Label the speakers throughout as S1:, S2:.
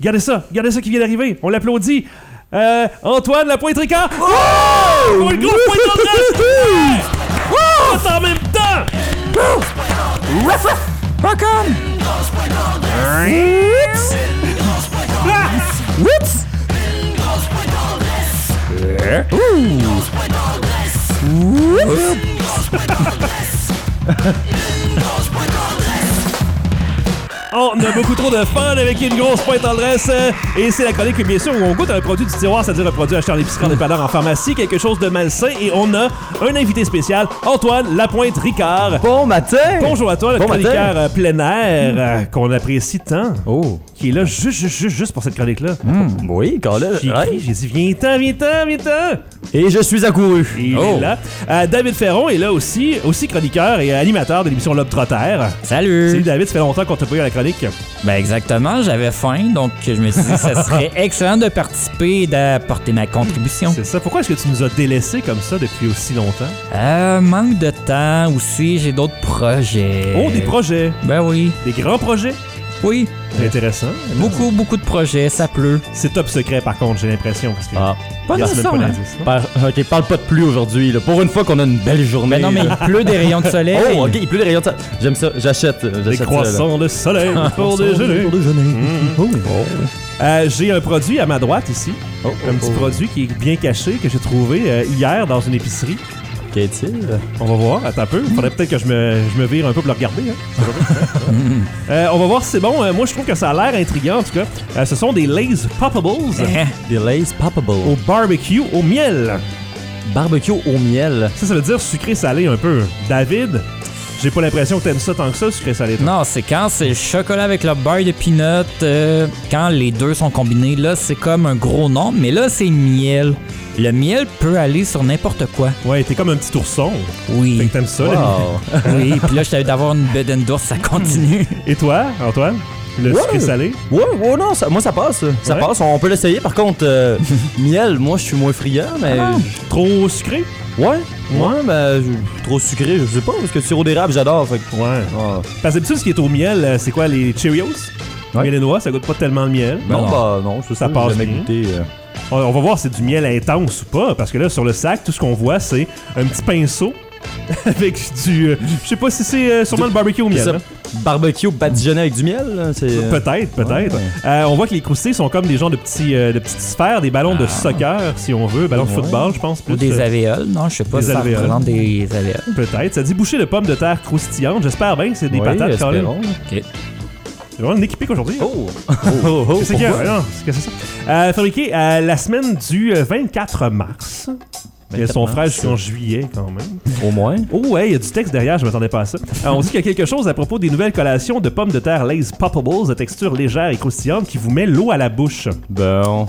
S1: Regardez ça, regardez ça qui vient d'arriver. On l'applaudit. Euh, Antoine Lapointe-Ricard. Oh! Pour le groupe Pointe en même temps!
S2: Oups!
S1: Oh, On a beaucoup trop de fun avec une grosse pointe en dresse. euh, Et c'est la chronique, bien sûr, où on goûte un produit du tiroir, c'est-à-dire un produit acheté en épicerie en dépanneur, en pharmacie, quelque chose de malsain. Et on a un invité spécial, Antoine Lapointe Ricard.
S2: Bon matin!
S1: Bonjour à toi, le
S2: Bon matin.
S1: chroniqueur euh, plein air euh, qu'on apprécie tant,
S2: Oh!
S1: qui est là juste, juste, juste, juste pour cette chronique-là.
S2: Hmm, Oui, quand là.
S1: J'ai
S2: ouais.
S1: écrit, j'ai dit viens-t'en, viens-t'en, viens-t'en.
S2: Et je suis accouru. Oh.
S1: Il est là. Euh, David Ferron est là aussi, aussi chroniqueur et animateur de l'émission L'Ob Trotter. Salut
S3: Salut!
S1: David, ça fait longtemps qu'on t'a pas eu à la chronique.
S3: Ben exactement, j'avais faim, donc je me suis dit que ça serait excellent de participer et d'apporter ma contribution.
S1: C'est ça. Pourquoi est-ce que tu nous as délaissé comme ça depuis aussi longtemps?
S3: Euh, manque de temps aussi, j'ai d'autres projets.
S1: Oh, des Ah, projets.
S3: Ben oui,
S1: Des grands projets.
S3: oui,
S1: C'est intéressant.
S3: beaucoup, beaucoup de projets, ça pleut.
S1: C'est top secret, par contre, j'ai l'impression. Parce que
S2: Ah.
S3: Pas
S1: il y a
S3: de
S1: même
S3: ça, hein.
S1: d'indice, non?
S2: Par- Ok, parle pas de pluie aujourd'hui, là. Pour une fois qu'on a une belle journée.
S3: Ben non, mais
S2: là.
S3: il pleut des rayons de soleil.
S2: Oh, ok, il pleut des rayons de soleil. J'aime ça, j'achète. euh,
S1: Des
S2: j'achète ça, là.
S1: Eh croissants de soleil pour déjeuner. Mm.
S2: Oh,
S1: Euh, j'ai un produit à ma droite ici.
S2: oh, oh,
S1: Un petit
S2: oh.
S1: produit qui est bien caché que j'ai trouvé euh, hier dans une épicerie.
S2: Qu'est-il?
S1: On va voir, attends un peu. Faudrait peut-être que je me, je me vire un peu pour le regarder. hein. C'est pas vrai. Euh, on va voir si c'est bon. Euh, moi, je trouve que ça a l'air intriguant, en tout cas. Euh, ce sont des Lays Poppables
S3: Hein?
S2: Des Lays
S1: au
S2: Poppable.
S1: barbecue au miel.
S2: Barbecue au miel.
S1: Ça, ça veut dire sucré-salé un peu. David, j'ai pas l'impression que t'aimes ça tant que ça, sucré-salé. toi.
S3: Non, c'est quand c'est le chocolat avec le beurre de peanut, euh, quand les deux sont combinés, là c'est comme un gros nom, mais là c'est miel. Le miel peut aller sur n'importe quoi.
S1: Ouais, t'es comme un petit ourson. Fait
S3: Oui,
S1: que t'aimes ça, le miel.
S2: Wow.
S3: oui, puis là je t'avais d'avoir une bed and ça continue.
S1: Et toi, Antoine? Le
S2: Ouais.
S1: sucré-salé?
S2: Ouais, ouais, non, ça- moi ça passe. ça. Ça
S1: Ouais.
S2: passe, on peut l'essayer. Par contre, euh, miel, moi je suis moins friand, mais.
S1: Ah Trop sucré?
S2: Ouais, ouais, ben, je- trop sucré, je sais pas, parce que le sirop d'érable, j'adore. Fait que.
S1: Ouais.
S2: Ah.
S1: Parce que d'habitude, ce qui est au miel, euh, c'est quoi, les Cheerios?
S2: Ouais.
S1: Miel et noix, ça goûte pas tellement le miel.
S3: Ben
S2: non,
S3: non.
S2: bah non, c'est
S1: Ça
S2: ça,
S1: passe
S2: passe jamais
S1: bien.
S2: goûté. euh.
S1: On, on va voir si c'est du miel intense ou pas, parce que là, sur le sac, tout ce qu'on voit, c'est un petit pinceau avec du... euh, je sais pas si c'est euh, sûrement le barbecue au miel.
S2: C'est ça,
S1: hein.
S2: barbecue badigeonné avec du miel, là, c'est. euh,
S1: Peut-être, peut-être.
S2: ouais.
S1: Euh, on voit que les croustilles sont comme des genres de petits, euh, de petites sphères, des ballons de soccer, si on veut, ballons de
S2: Ah. Ouais.
S1: football, je pense. Plus,
S3: Ou des
S1: euh,
S3: alvéoles, non, je sais pas
S1: Des
S3: si ça
S1: alvéoles.
S3: représente des alvéoles.
S1: peut-être. Ça dit boucher de pommes de terre croustillantes. J'espère bien que c'est des
S2: oui,
S1: patates. quand même.
S2: espérons.
S1: C'est vraiment une équipique aujourd'hui.
S2: Oh! oh, oh, oh,
S1: C'est qu'il y a-
S2: pourquoi?
S1: non, c'est que c'est ça. Euh, fabriqué euh, la semaine du euh, 24 mars. Il y a son
S2: 24
S1: frère
S2: mars.
S1: jusqu'en juillet quand même.
S2: Au moins.
S1: Oh ouais, il y a du texte derrière, je m'attendais pas à ça. Euh, on dit qu'il y a quelque chose à propos des nouvelles collations de pommes de terre Lay's Poppables de texture légère et croustillante qui vous met l'eau à la bouche.
S2: Bon.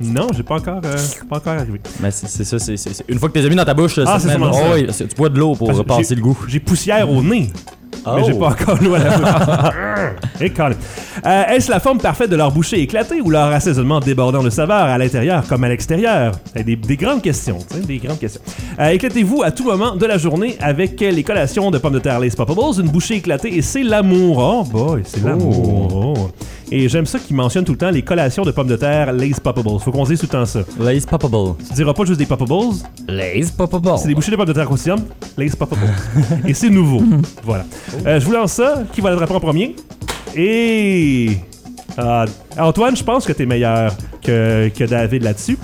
S1: Non, j'ai pas encore, euh, pas encore arrivé.
S2: Mais c'est c'est ça, c'est. c'est- c'est- Une fois que t'es mis dans ta bouche,
S1: Ah, c'est
S2: même-
S1: sûrement ça.
S2: Oh, oui, c'est- tu bois de l'eau pour
S1: Parce que
S2: repasser
S1: j'ai-
S2: le goût.
S1: J'ai poussière au nez. Mais j'ai
S2: Oh.
S1: pas encore l'eau à la bouche. Et calme. Euh, Est-ce la forme parfaite de leur bouchée éclatée ou leur assaisonnement débordant de saveur à l'intérieur comme à l'extérieur Eh, des, des grandes questions, tu sais, des grandes questions. Euh, Éclatez-vous à tout moment de la journée avec euh, les collations de pommes de terre Lay's Poppables, une bouchée éclatée et c'est l'amour. Oh boy, c'est l'amour. Oh. Et j'aime ça qu'ils mentionnent tout le temps les collations de pommes de terre Lay's Poppables. Faut qu'on dise tout le temps ça.
S2: Lays Poppable.
S1: Tu diras pas juste des Poppables,
S3: Lays, pas pas pas.
S1: c'est des bouchées de pommes de terre croustillantes, Lay's Poppables. Et c'est nouveau. voilà. Euh, je vous lance ça. Qui va l'attraper en premier? Et... Ah, Antoine, je pense que t'es meilleur que, que David là-dessus.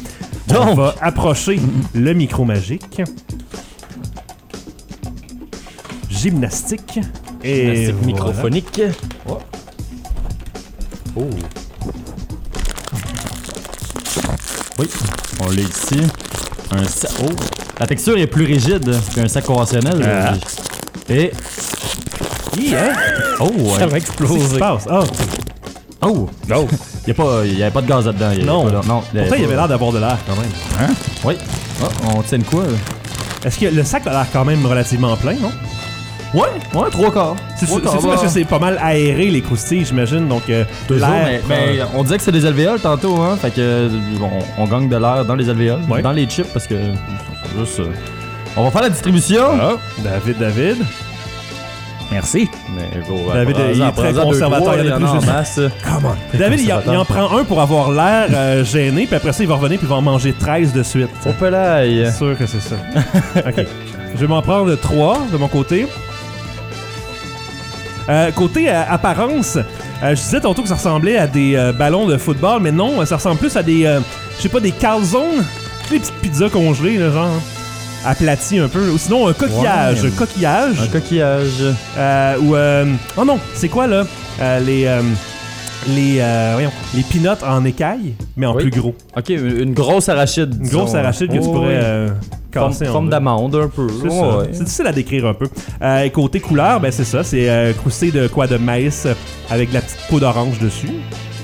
S1: On
S2: Donc.
S1: va approcher le micro magique. Gymnastique. Et
S2: Gymnastique
S1: voilà.
S2: microphonique. Oh. Oui, on l'a ici. Un sac. Oh. La texture est plus rigide qu'un sac conventionnel.
S1: Ah.
S2: Et.
S1: Hi, hein?
S2: Oh, ouais.
S3: Ça va
S1: Qu'est-ce qui se
S3: exploser.
S1: passe? Ah,
S2: Oh! Oh! Il n'y avait pas de gaz là-dedans. y a-
S1: non.
S2: y a pas- non.
S1: Pourtant, euh, il avait l'air d'avoir de l'air quand même.
S2: Oui. Oh, on tient hein. de quoi? là?
S1: Est-ce que le sac a l'air quand même relativement plein, non?
S2: Ouais, ouais, trois quarts.
S1: C'est
S2: Trois
S1: c'est-
S2: quarts,
S1: c'est-tu
S2: bah.
S1: parce que c'est pas mal aéré les croustilles, j'imagine, donc euh,
S2: Toujours,
S1: l'air.
S2: mais- mais on disait que c'est des alvéoles tantôt, hein. Fait que euh, on, on gagne de l'air dans les alvéoles,
S1: Ouais.
S2: dans les chips, parce que
S1: Ah.
S2: c'est juste. euh, on va faire la distribution.
S1: prend- David, David.
S3: Merci.
S2: Mais gros,
S1: David,
S2: prends-en-
S1: il est très
S2: prends-en deux,
S1: conservateur,
S2: trois,
S1: il y en a
S2: là,
S1: plus
S2: en
S1: juste-
S2: masse.
S1: Come on. David, il, en- il en prend un pour avoir l'air euh, gêné, puis après ça, il va revenir, puis il va en manger 13 de suite.
S2: Au pelaille.
S1: Oh, C'est sûr que c'est ça. ok. Je vais m'en prendre 3 de mon côté. Euh, côté euh, apparence, euh, je disais tantôt que ça ressemblait à des euh, ballons de football, mais non, euh, ça ressemble plus à des, euh, je sais pas, des calzones, des petites pizzas congelées, là, genre aplaties un peu, ou sinon un coquillage,
S2: Ouais.
S1: un coquillage.
S2: Un coquillage.
S1: Euh, ou euh, oh non, c'est quoi là Euh, les euh, les euh, voyons, les peanuts en écaille, mais en
S2: Oui.
S1: plus gros,
S2: Ok, une une grosse arachide.
S1: une
S2: disons.
S1: grosse arachide que tu
S2: Oh,
S1: pourrais
S2: ouais.
S1: euh,
S2: Forme,
S1: casser en
S2: forme
S1: deux.
S2: d'amande un peu.
S1: C'est ça.
S2: Ouais.
S1: C'est difficile à décrire un peu. Euh, et côté couleur, ben c'est ça, c'est euh, croustillé de quoi de maïs euh, avec de la petite peau d'orange dessus.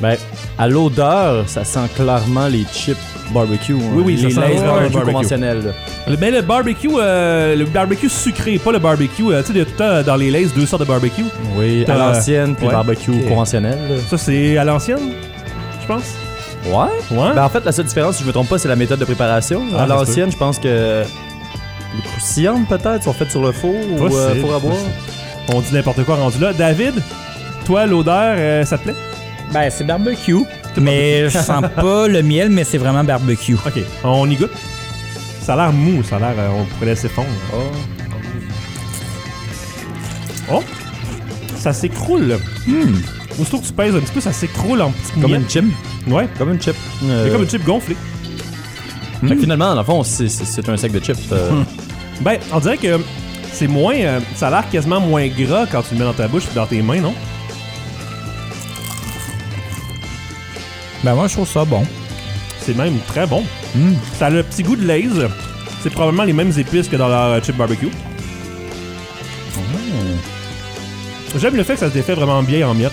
S2: Ben, à l'odeur, ça sent clairement les chips barbecue. hein.
S1: Oui, oui, ça
S2: les
S1: sent
S2: Lay's
S1: vraiment le
S2: barbecue,
S1: barbecue.
S2: conventionnels. là.
S1: Le- Mais le barbecue, euh, le barbecue sucré, pas le barbecue. euh, tu sais, il y a tout le temps, dans les lays deux sortes de barbecue.
S2: Oui, à
S1: T'as-
S2: l'ancienne, puis
S1: Euh, ouais.
S2: barbecue
S1: Ok.
S2: conventionnel. là.
S1: Ça c'est à l'ancienne, je pense.
S2: Ouais.
S1: Ouais.
S2: Ben, en fait, la seule différence, si je me trompe pas, c'est la méthode de préparation.
S1: Ah,
S2: à
S1: ça se
S2: l'ancienne, je pense que les croustillantes, peut-être, sont faites sur le four ou euh,
S1: Possible,
S2: four à bois.
S1: possible. On dit n'importe quoi rendu là. David, toi l'odeur, euh, ça te plaît?
S3: Ben, c'est barbecue. Mais je sens pas le miel, mais c'est vraiment barbecue.
S1: Ok, on y goûte. Ça a l'air mou, ça a l'air. euh, on pourrait laisser fondre.
S2: Ah.
S1: Oh! Ça s'écroule. Aussitôt que tu pèses un petit peu, ça s'écroule en petites
S2: Hmm. Comme
S1: miettes.
S2: une chip.
S1: Ouais,
S2: Comme une chip.
S1: c'est
S2: Euh,
S1: comme une chip gonflée.
S2: fait que finalement, dans le fond, c'est- c'est c'est un sac de chips. euh,
S1: Ben, on dirait que c'est moins. euh, ça a l'air quasiment moins gras quand tu le mets dans ta bouche et dans tes mains, non?
S3: Ben, moi, je trouve ça bon.
S1: C'est même très bon.
S2: Hmm.
S3: Mm.
S1: Ça a le petit goût de l'aise. C'est probablement les mêmes épices que dans leur euh, chip barbecue.
S2: Oh.
S1: J'aime le fait que ça se défait vraiment bien en miettes.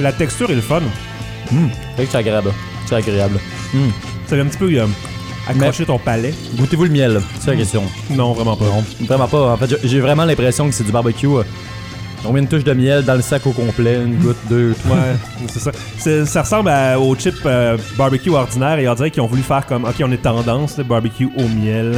S1: La texture est le fun.
S2: Fait que c'est agréable. C'est agréable.
S1: Ça vient un petit peu euh, accrocher ton palais.
S2: Goûtez-vous le miel, c'est la
S1: Hmm.
S2: question.
S1: Non, vraiment pas.
S2: Non, vraiment pas. En fait, j'ai- j'ai vraiment l'impression que c'est du barbecue. euh, On met une touche de miel dans le sac au complet, une goutte, deux, trois.
S1: Ouais, c'est ça. C'est- ça ressemble à- au chip euh, barbecue ordinaire et on dirait qu'ils ont voulu faire comme, ok, on est tendance, le barbecue au miel.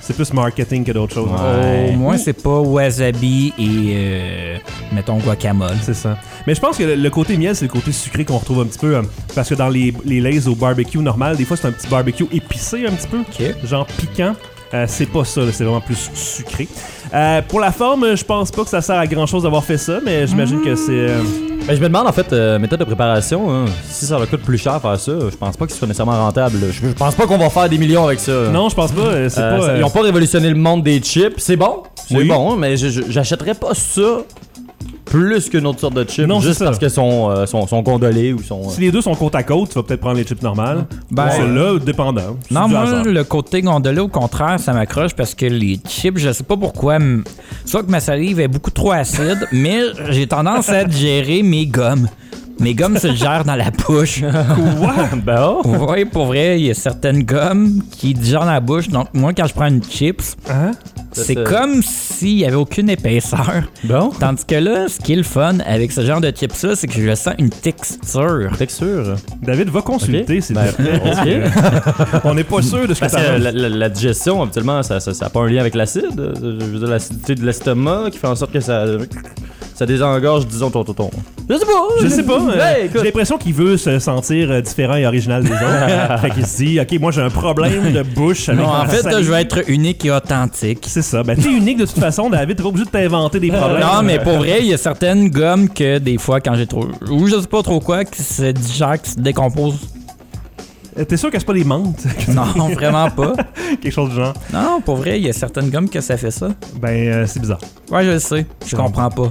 S1: C'est plus marketing que d'autres choses.
S2: Ouais.
S3: Au moins, c'est pas wasabi et, euh, mettons, guacamole.
S1: C'est ça. Mais je pense que le, le côté miel, c'est le côté sucré qu'on retrouve un petit peu. euh, parce que dans les, les lays au barbecue normal, des fois, c'est un petit barbecue épicé un petit peu. Genre piquant. Euh, c'est pas ça, là, c'est vraiment plus sucré. Euh, pour la forme, je pense pas que ça sert à grand chose d'avoir fait ça, mais j'imagine
S2: Hmm.
S1: que c'est. euh,
S2: Mais je me demande en fait, euh, méthode de préparation, hein, si ça leur coûte plus cher faire ça, je pense pas que ce soit nécessairement rentable. Je, je pense pas qu'on va faire des millions avec ça. hein.
S1: Non, je pense pas. euh, C'est
S2: Euh,
S1: pas.
S2: ça-
S1: euh,
S2: Ils ont pas révolutionné le monde des chips. C'est bon, c'est
S1: Oui.
S2: bon, mais je- je- j'achèterais pas ça plus qu'une autre sorte de chips
S1: Non, c'est
S2: juste
S1: ça.
S2: parce que sont, euh, sont, sont gondolés ou sont. euh,
S1: Si les deux sont côte à côte, tu vas peut-être prendre les chips normales.
S3: Ben-
S1: Ben, ceux-là, dépendant. C'est
S3: Non,
S1: du
S3: moi,
S1: hasard.
S3: le côté gondolé, au contraire, ça m'accroche parce que les chips, je sais pas pourquoi, m- soit que ma salive est beaucoup trop acide, mais j'ai tendance à digérer mes gommes. Mes gommes se gèrent dans la bouche.
S2: Ben oh.
S3: Oui, pour vrai, il y a certaines gommes qui digèrent dans la bouche. Donc, moi, quand je prends une chips,
S1: Hein?
S3: c'est
S2: ça.
S3: comme s'il y avait aucune épaisseur.
S2: Bon.
S3: Tandis que là, ce qui est le fun avec ce genre de chips-là, c'est que je sens une texture.
S2: Texture. hein.
S1: David, va consulter, s'il
S2: Ben,
S1: te plaît.
S2: ok.
S1: On n'est pas sûr de ce que
S2: Parce
S1: ça
S2: que
S1: va.
S2: la, la- la digestion, habituellement, ça n'a pas un lien avec l'acide. Euh, Je veux dire, l'acidité de l'estomac qui fait en sorte que ça, ça désengorge, disons, ton ton. ton. Je sais pas!
S1: Je sais pas. euh,
S3: Ben,
S2: Ouais, écoute.
S1: j'ai l'impression qu'il veut se sentir euh, différent et original des autres. fait qu'il se dit, OK, moi j'ai un problème de bouche. Avec
S3: Non, en
S1: ma
S3: fait,
S1: salive.
S3: je veux être unique et authentique.
S1: C'est ça. Ben, t'es unique de toute façon, David. T'es pas obligé de t'inventer des problèmes.
S3: Non, mais pour vrai, il y a certaines gommes que des fois, quand j'ai trop. ou je sais pas trop quoi, qui se digèrent, qui se décomposent.
S1: Euh, T'es sûr que c'est pas des menthes?
S3: Non, vraiment pas.
S1: Quelque chose du genre.
S3: Non, pour vrai, il y a certaines gommes que ça fait ça.
S1: Ben, euh, c'est bizarre.
S3: Ouais, je le sais. Je comprends pas.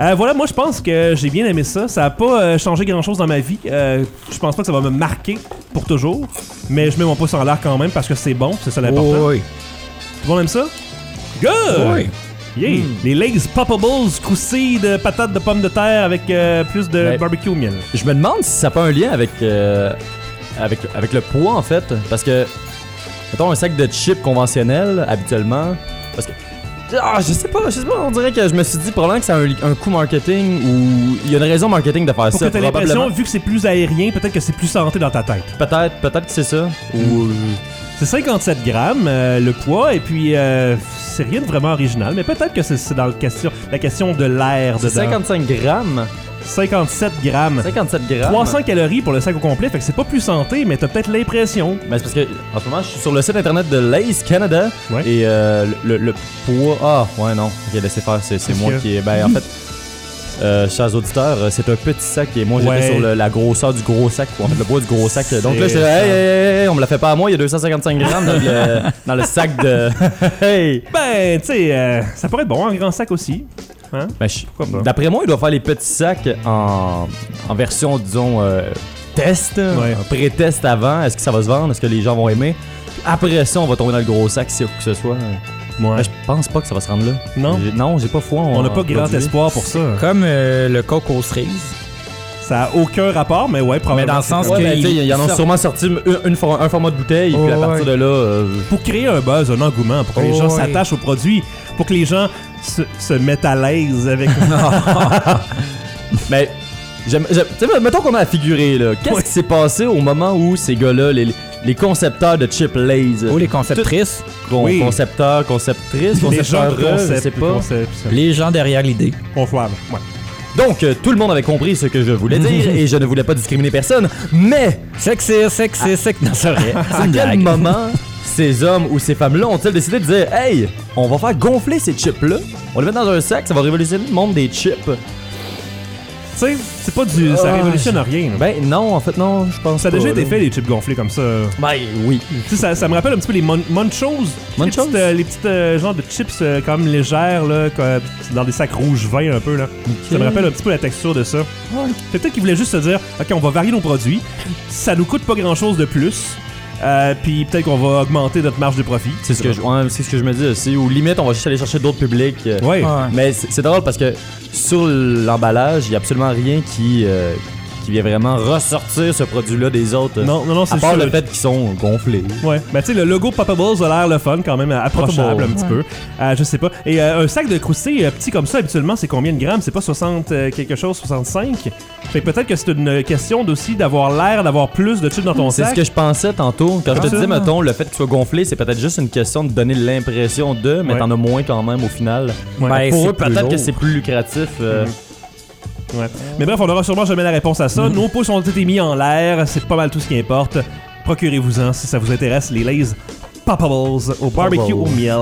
S1: Euh, voilà, moi je pense que j'ai bien aimé ça. Ça a pas euh, changé grand chose dans ma vie. Euh, je pense pas que ça va me marquer pour toujours. Mais je mets mon pouce en l'air quand même parce que c'est bon, c'est ça l'important.
S3: oui.
S1: Tout le monde aime ça? Good!
S3: Oui.
S1: Yeah!
S2: Hmm.
S1: Les legs poppables croustilles de patates de pommes de terre avec euh, plus de
S2: Ouais.
S1: barbecue au miel.
S2: Je me demande si ça n'a pas un lien avec, euh, avec, avec le poids, en fait. Parce que, mettons, un sac de chips conventionnel, habituellement, parce que. Ah, je sais pas, je sais pas, on dirait que je me suis dit probablement que ça a un, un coût marketing ou il y a une raison marketing de faire
S1: Pour
S2: ça.
S1: que t'aies
S2: probablement.
S1: l'impression, vu que c'est plus aérien, peut-être que c'est plus santé dans ta tête.
S2: Peut-être, peut-être que c'est ça. Ou
S1: C'est 57 grammes euh, le poids, et puis euh, c'est rien de vraiment original, mais peut-être que c'est- c'est dans le question, la question de l'air
S2: C'est
S1: dedans.
S2: 55 grammes.
S1: 57 grammes.
S2: 57 grammes.
S1: 300 calories pour le sac au complet, fait que c'est pas plus santé, mais t'as peut-être l'impression.
S2: Ben, c'est parce que en ce moment, je suis sur le site internet de Lays Canada
S1: Ouais.
S2: et euh, le, le- le poids. Ah, ouais, non. Ok, laissez faire, c'est, c'est
S1: Qu'est-ce
S2: moi
S1: qu'il y a?
S2: qui. Ben, en fait, euh, chers auditeurs, euh, c'est un petit sac et moi, j'étais
S1: Ouais.
S2: sur le- la grosseur du gros sac, ou en fait, le poids du gros sac. Donc là,
S1: C'est
S2: j'étais,
S1: ça.
S2: hey, hey, hey, hey, on me la fait pas à moi, il y a 255 grammes dans le, dans le sac de. hey!
S1: Ben, tu sais, euh, ça pourrait être bon, un grand sac aussi. Hein?
S2: Ben, je-
S1: Pourquoi pas?
S2: D'après moi, il doit faire les petits sacs en, en version, disons, euh, test, un pré-test avant. Est-ce que ça va se vendre? Est-ce que les gens vont aimer? Après ça, on va tomber dans le gros sac, si ou que ce soit.
S1: Ouais.
S2: Ben, je pense pas que ça va se rendre là.
S1: Non.
S2: J'ai- Non, j'ai pas foi. en-
S1: On n'a pas
S2: en
S1: grand
S2: produit.
S1: espoir pour ça.
S3: Comme euh, le coke aux cerises.
S1: Ça a aucun rapport, mais ouais, probablement.
S3: dans le
S1: c'est
S3: sens
S1: comme-
S2: Ouais,
S3: que-
S2: ben, tu sais,
S3: Il-
S2: ils en ont
S3: sort-
S2: sûrement sorti une, une for- un format de bouteille, puis à
S3: Oh,
S2: partir
S3: ouais.
S2: de là. euh,
S1: Pour créer un buzz, un engouement, pour que les
S3: Oh,
S1: gens
S3: ouais.
S1: s'attachent au produit, pour que les gens se, se mettent à l'aise avec.
S2: Mais j'aime, j'aime- tu sais, mettons qu'on a à figurer là. Qu'est-ce
S1: Ouais.
S2: qui s'est passé au moment où ces gars-là, les, les concepteurs de chip Lays,
S3: Ou les conceptrices.
S2: con-
S1: oui.
S2: concepteurs, conceptrices,
S1: les gens
S2: concepteurs,
S1: de concept,
S2: je sais
S1: de
S2: pas.
S1: concept, ça.
S3: Les gens derrière l'idée.
S1: On va voir, ouais.
S2: Donc euh, tout le monde avait compris ce que je voulais dire et je ne voulais pas discriminer personne. Mais
S3: Sexiste, sexiste, sexiste. Non, c'est vrai. Eh, C'est
S2: à
S3: une
S2: quel
S3: blague.
S2: moment ces hommes ou ces femmes-là ont-ils décidé de dire Hey, on va faire gonfler ces chips-là, on les met dans un sac, ça va révolutionner le monde des chips
S1: Tu sais, c'est pas du. Ça
S2: Ah,
S1: révolutionne rien. là.
S2: Ben non, en fait, non, je pense
S1: ça a
S2: pas,
S1: déjà été
S2: là.
S1: fait, les chips gonflés comme ça.
S2: Ben oui.
S1: Tu sais, ça, ça me rappelle un petit peu les mon- Munchos. Les
S2: Munchos?
S1: petites, euh, les petites euh, genres de chips euh, comme légères, là, comme- dans des sacs rouge vin un peu, là. Ça me rappelle un petit peu la texture de ça.
S2: Ah,
S1: Fait Peut-être qu'ils voulaient juste se dire, OK, on va varier nos produits, ça nous coûte pas grand-chose de plus, euh, puis peut-être qu'on va augmenter notre marge de profit.
S2: C'est ce, que je, ouais, c'est ce que je me dis aussi. Ou limite, on va juste aller chercher d'autres publics. euh,
S1: Ouais.
S3: Ouais.
S2: Mais c'est c'est drôle parce que sur l'emballage, il n'y a absolument rien qui, euh, qui vient vraiment ressortir ce produit-là des autres.
S1: Non, non, non,
S2: À
S1: c'est
S2: part
S1: juste-
S2: le fait qu'ils sont gonflés.
S1: Ouais, ben tu sais, le logo Papa Balls a l'air le fun quand même, approchable un petit peu. Euh, je sais pas. Et euh, un sac de croustilles euh, petit comme ça, habituellement, c'est combien de grammes C'est pas 60 euh, quelque chose, 65 Fait que peut-être que c'est une question aussi d'avoir l'air, d'avoir plus de chips dans ton
S2: C'est ce
S1: sac.
S2: que je pensais tantôt. Quand je te
S1: Ah.
S2: disais, mettons, le fait que tu sois gonflé, c'est peut-être juste une question de donner l'impression de, mais
S1: Ouais.
S2: t'en as moins quand même au final.
S1: Ouais.
S3: Ben,
S2: Pour
S3: c'est
S2: eux,
S3: plus
S2: peut-être que
S3: lourd.
S2: c'est plus lucratif. euh,
S1: Mhm. Ouais. Mais bref, on aura sûrement jamais la réponse à ça. Nos pouces ont été mis en l'air, c'est pas mal tout ce qui importe. Procurez-vous-en si ça vous intéresse, les Lays Papa Balls au barbecue au miel.